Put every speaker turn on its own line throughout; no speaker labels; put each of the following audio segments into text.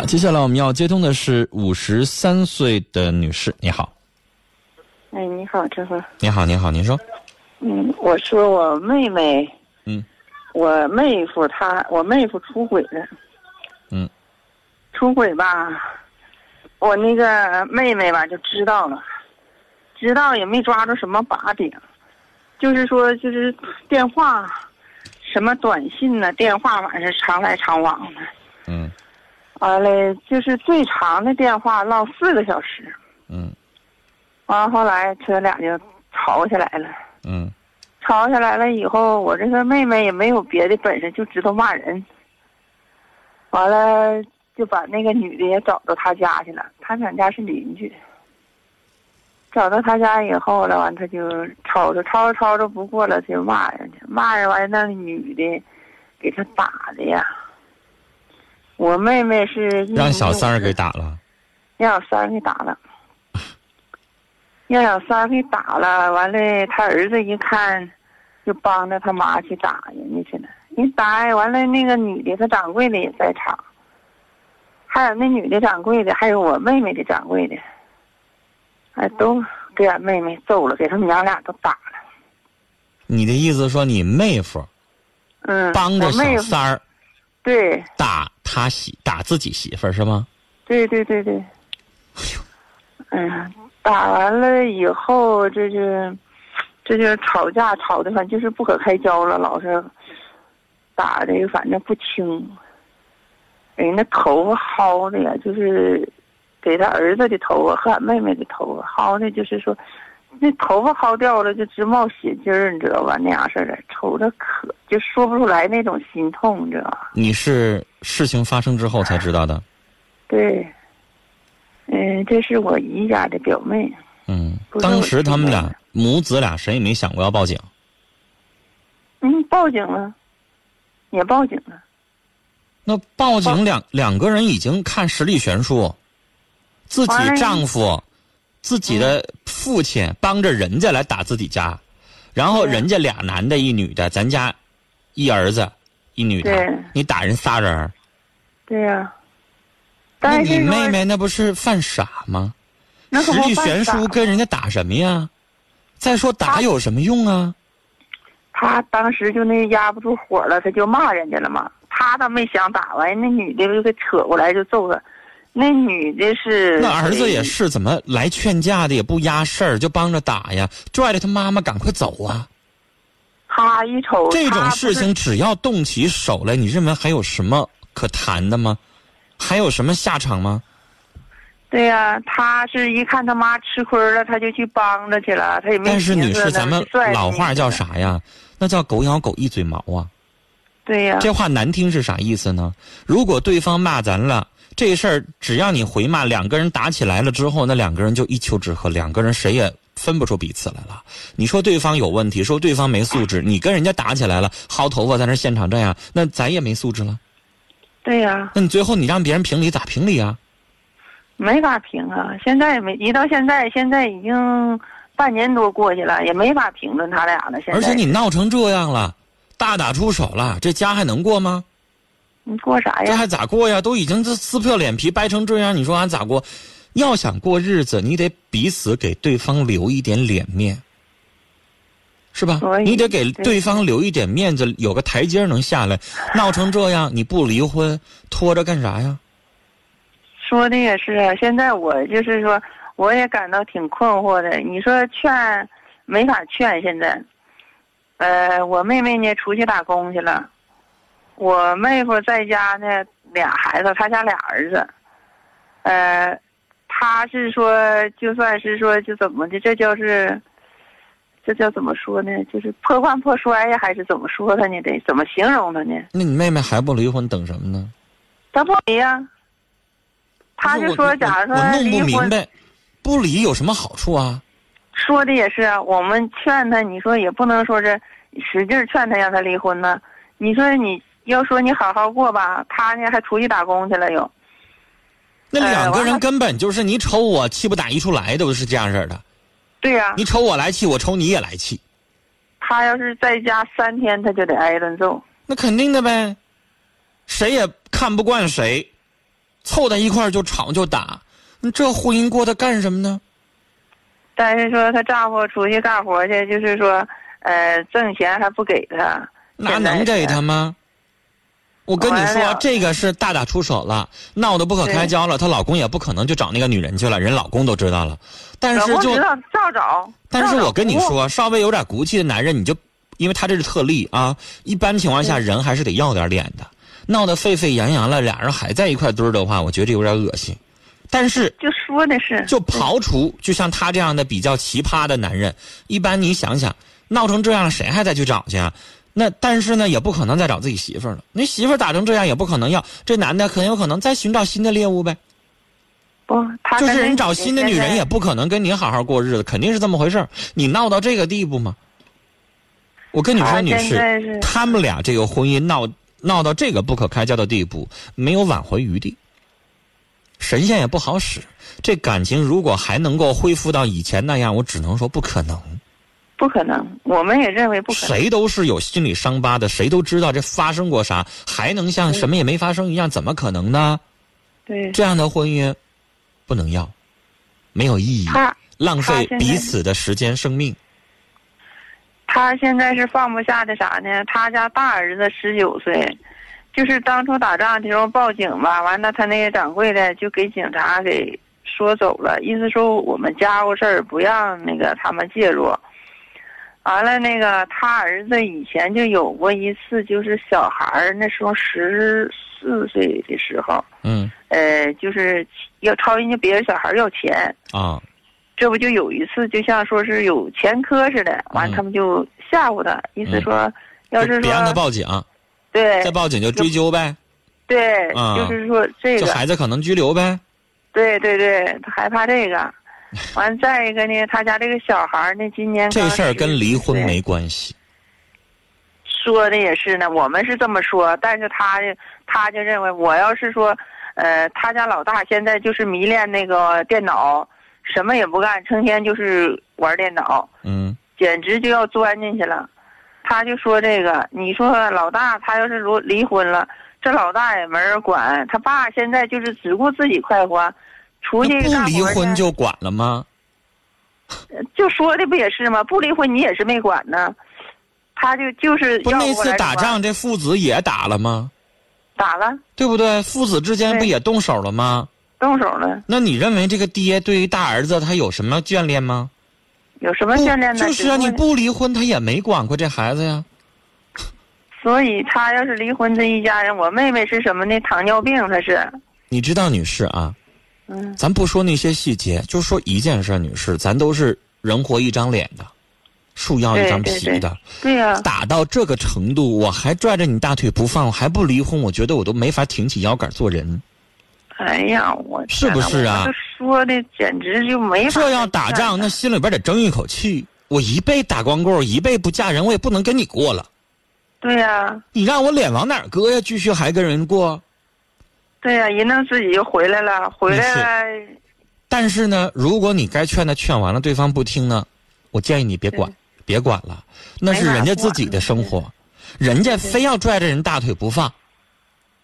啊接下来我们要接通的是五十三岁的女士，你好，
哎，你好，陈峰。
你好，你好，您说，
嗯，我说我妹妹，
嗯，
我妹夫他，我妹夫出轨了。
嗯，
出轨吧，我那个妹妹吧就知道了，知道也没抓住什么把柄，就是说就是电话，什么短信呢、电话完是常来常往的，
嗯
完了就是最长的电话唠四个小时，
嗯
完了后来他俩就吵起来了。
嗯
吵起来了以后，我这个妹妹也没有别的本事，就知道骂人。完了，就把那个女的也找到他家去了。他们俩家是邻居。找到他家以后了，完他就吵着吵着吵着不过了，就骂人去。骂人完，那女的给他打的呀。我妹妹是一
让小
米五
三儿
十
给打了，
让小三儿给打了，让小三儿给打了。完了，他儿子一看，就帮着他妈去打人家去了。一打完了，那个女的，她掌柜的也在场，还有那女的掌柜的，还有我妹妹的掌柜的，哎，都给俺妹妹揍了，给他们娘俩都打了。
你的意思说你妹夫
嗯，
帮着
我妹
小
夫
三儿
对
打他媳打自己媳妇儿是吗？
对对对对。嗯，打完了以后，这就是，这就是吵架吵的，反正就是不可开交了，老是打的，反正不轻。人家头发薅的呀，就是给他儿子的头发和俺妹妹的头发薅的，就是说那头发薅掉了就直冒血筋儿，你知道吧？那样式儿的，瞅着可就说不出来那种心痛，你知道吧？
你是事情发生之后才知道的，
对，嗯，这是我姨家的表妹，
嗯
不，是
当
我
时
知
他们
道
俩
的
母子俩谁也没想过要报警，
嗯，报警了，也报警了，
那报警两两个人已经看实力悬殊，自己丈夫、自己的父亲帮着人家来打自己家，然后
对
人家俩男的，一女的，咱家一儿子一女的
对，
你打人仨人儿，
对呀、
那
但
你
是说
妹妹那不是犯傻吗？
那
实
可不
力
犯
悬
傻啊
殊跟人家打什么呀？再说打
他
有什么用啊？
他当时就那压不住火了，他就骂人家了嘛。他倒没想打完，那女的就给扯过来就揍他。那女的是
那儿子也是怎么来劝架的，也不压事儿，就帮着打呀，拽着他妈妈赶快走啊。
他一瞅
这
他
种
不
事
是
情只要动起手来，你认为还有什么可谈的吗？还有什么下场吗？
对呀、他是一看他妈吃亏了，他就去帮着去了，他也没
但是女
寻思
士，
呢
咱们
就拽着
老
你
话
去
叫
了？
啥呀？那叫狗咬狗一嘴毛啊！
对呀、
这话难听是啥意思呢？如果对方骂咱了，这事儿只要你回骂，两个人打起来了之后，那两个人就一丘之貉，两个人谁也分不出彼此来了。你说对方有问题，说对方没素质，你跟人家打起来了，薅头发在那儿现场这样，那咱也没素质了。
对呀、
那你最后你让别人评理咋评理啊？
没法评啊！现在也没一到现在，现在已经半年多过去了，也没法评论他俩了。现在
而且你闹成这样了，大打出手了，这家还能过吗？
你过啥
这
哎呀？
还咋过呀？都已经这撕破脸皮掰成这样，你说还咋过？要想过日子，你得彼此给对方留一点脸面，是吧
所？以
你得给
对
对方留一点面子，有个台阶能下来。闹成这样，你不离婚，拖着干啥呀？
说的也是啊。现在我就是说，我也感到挺困惑的。你说劝，没法劝。现在，呃，我妹妹呢出去打工去了，我妹夫在家呢，俩孩子，他家俩儿子，呃，他是说就算是说就怎么的，这叫是。这叫怎么说呢？就是破罐破摔呀，还是怎么说他呢？得怎么形容他呢？
那你妹妹还不离婚，等什么呢？
他不离呀、他
不是
就
我
说，
我
假如
我
说
弄
离
不明
婚，
白，不离有什么好处啊？
说的也是啊。我们劝他，你说也不能说是使劲儿劝他让他离婚呢。你说你要说你好好过吧，他呢还出去打工去了又。
那
呃
两个
完
人
了
根本就是你瞅我气不打一处来的，不是这样式儿的。
对呀、
你瞅我来气，我瞅你也来气，
他要是在家三天，他就得挨一顿揍。
那肯定的呗。谁也看不惯谁，凑在一块儿就吵就打，你这婚姻过得干什么呢？
但是说她丈夫出去干活去，就是说，呃，挣钱还不给她，
那能给他吗？我跟你
完
说
了，
这个是大打出手了，闹得不可开交了。她老公也不可能就找那个女人去了，人老公都知道了。但
老
是
公
就
知道照找。
但是
照找
我跟你
不误，
说，稍微有点骨气的男人，你就，因为他这是特例啊，一般情况下人还是得要点脸的。闹得沸沸扬扬了，俩人还在一块堆儿的话，我觉得有点恶心。但是
就说的是
就刨除就像他这样的比较奇葩的男人，一般你想想，闹成这样，谁还再去找去啊？那但是呢，也不可能再找自己媳妇儿了。那媳妇儿打成这样，也不可能要这男的，很有可能再寻找新的猎物呗。
不，她
就
跟
是
那
人找新的女人也不可能跟你好好过日子，肯定是这么回事儿。你闹到这个地步吗？我跟你说，
啊
女
现在
士
是，
他们俩这个婚姻闹闹到这个不可开交的地步，没有挽回余地，神仙也不好使。这感情如果还能够恢复到以前那样，我只能说不可能。
不可能，我们也认为不可能。
谁都是有心理伤疤的，谁都知道这发生过啥，还能像什么也没发生一样？怎么可能呢？
对，
这样的婚姻不能要，没有意义。
她
浪费
他现在
彼此的时间、生命。
她现在是放不下的啥呢？她家大儿子十九岁，就是当初打仗的时候报警吧，完了她那个掌柜的就给警察给说走了，意思说我们家务事儿不让那个他们介入。完了，那个他儿子以前就有过一次，就是小孩儿那时候十四岁的时候，
嗯
呃，就是要朝人家别人小孩儿要钱，
啊，
这不就有一次，就像说是有前科似的，完
嗯
他们就吓唬他，意思说，要
就是别让他
说
报警，
对
再报警就追究呗，
对，
啊
就是说这
这
个，
孩子可能拘留呗。
对对对，他害怕这个。完，再一个呢，他家这个小孩儿呢，今年
这
刚
事儿
十
跟离婚
岁
没关系。
说的也是呢，我们是这么说，但是他他就认为我要是说，呃，他家老大现在就是迷恋那个电脑，什么也不干，成天就是玩电脑，
嗯
简直就要钻进去了。他就说这个，你说老大他要是如离婚了，这老大也没人管，他爸现在就是只顾自己快活，出去
那不
干
离
活去
婚就管了吗？
就说的不也是吗？不离婚你也是没管呢，他就就是
不，
要
那
过
次
来
打
的话
仗这父子也打了吗？
打了，
对不对？父子之间
对
不也动手了吗？
动手了。
那你认为这个爹对于大儿子他有什么眷恋吗？
有什么
不
训练呢？
就是啊，
只
你
会，
不离婚他也没管过这孩子呀。
所以他要是离婚，这一家人，我妹妹是什么呢？糖尿病，她是，
你知道，女士啊，
嗯，
咱不说那些细节，就说一件事儿，女士，咱都是人活一张脸的，树要一张皮的。
对对对呀、
打到这个程度，我还拽着你大腿不放，我还不离婚，我觉得我都没法挺起腰杆做人。
哎呀，我
是不是啊
天哪我这说的简直就没法。
这要打仗，那心里边得争一口气。我一辈打光棍，一辈不嫁人，我也不能跟你过了。
对呀、
你让我脸往哪儿搁呀？继续还跟人过？
对呀、一弄自己就回来哎了，回来了，
但是呢，如果你该劝的劝完了，对方不听呢，我建议你别管，别管了，那是人家
啊
自己的生活，人家非要拽着人大腿不放，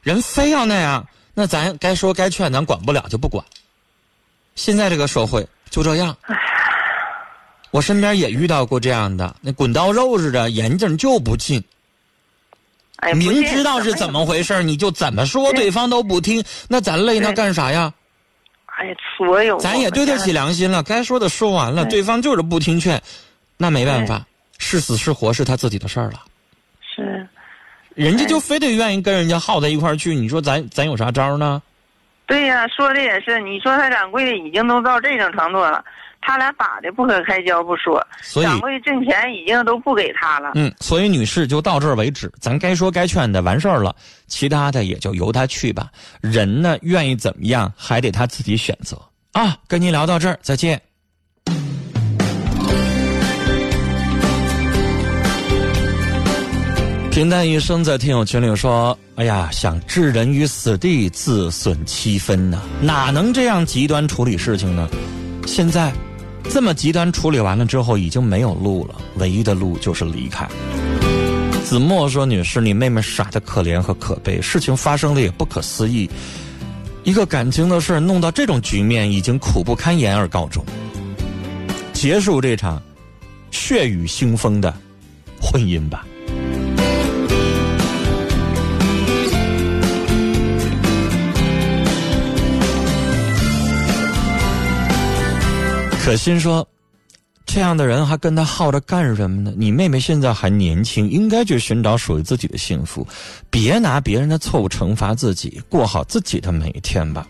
人非要那样，那咱该说该劝，咱管不了就不管。现在这个社会就这样，我身边也遇到过这样的，那滚刀肉似的，严正就不进，
哎，不
明
信
知道是怎么回事儿你就怎么说，
对
对方都不听，那咱累那
对
干啥呀？
哎呀，所有
咱也对得起，良心了，该说的说完了，
对
对方就是不听劝，那没办法，是死是活是他自己的事儿了。
是，
人家
哎
就非得愿意跟人家耗在一块儿去，你说咱咱有啥招儿呢？
对呀、说的也是。你说他掌柜的已经都到这种程度了，他俩打的不可开交不说，
所以，
掌柜挣钱已经都不给他了。
嗯，所以女士就到这儿为止，咱该说该劝的完事儿了，其他的也就由他去吧。人呢，愿意怎么样还得他自己选择啊。跟您聊到这儿，再见。平淡一生在听友群里说：“哎呀，想置人于死地，自损七分呐、哪能这样极端处理事情呢？现在这么极端处理完了之后，已经没有路了，唯一的路就是离开。”子墨说：“女士，你妹妹傻的可怜和可悲，事情发生的也不可思议。一个感情的事儿弄到这种局面，已经苦不堪言而告终，结束这场血雨腥风的婚姻吧。可心说：“这样的人还跟他耗着干什么呢？你妹妹现在还年轻，应该去寻找属于自己的幸福，别拿别人的错误惩罚自己，过好自己的每一天吧。”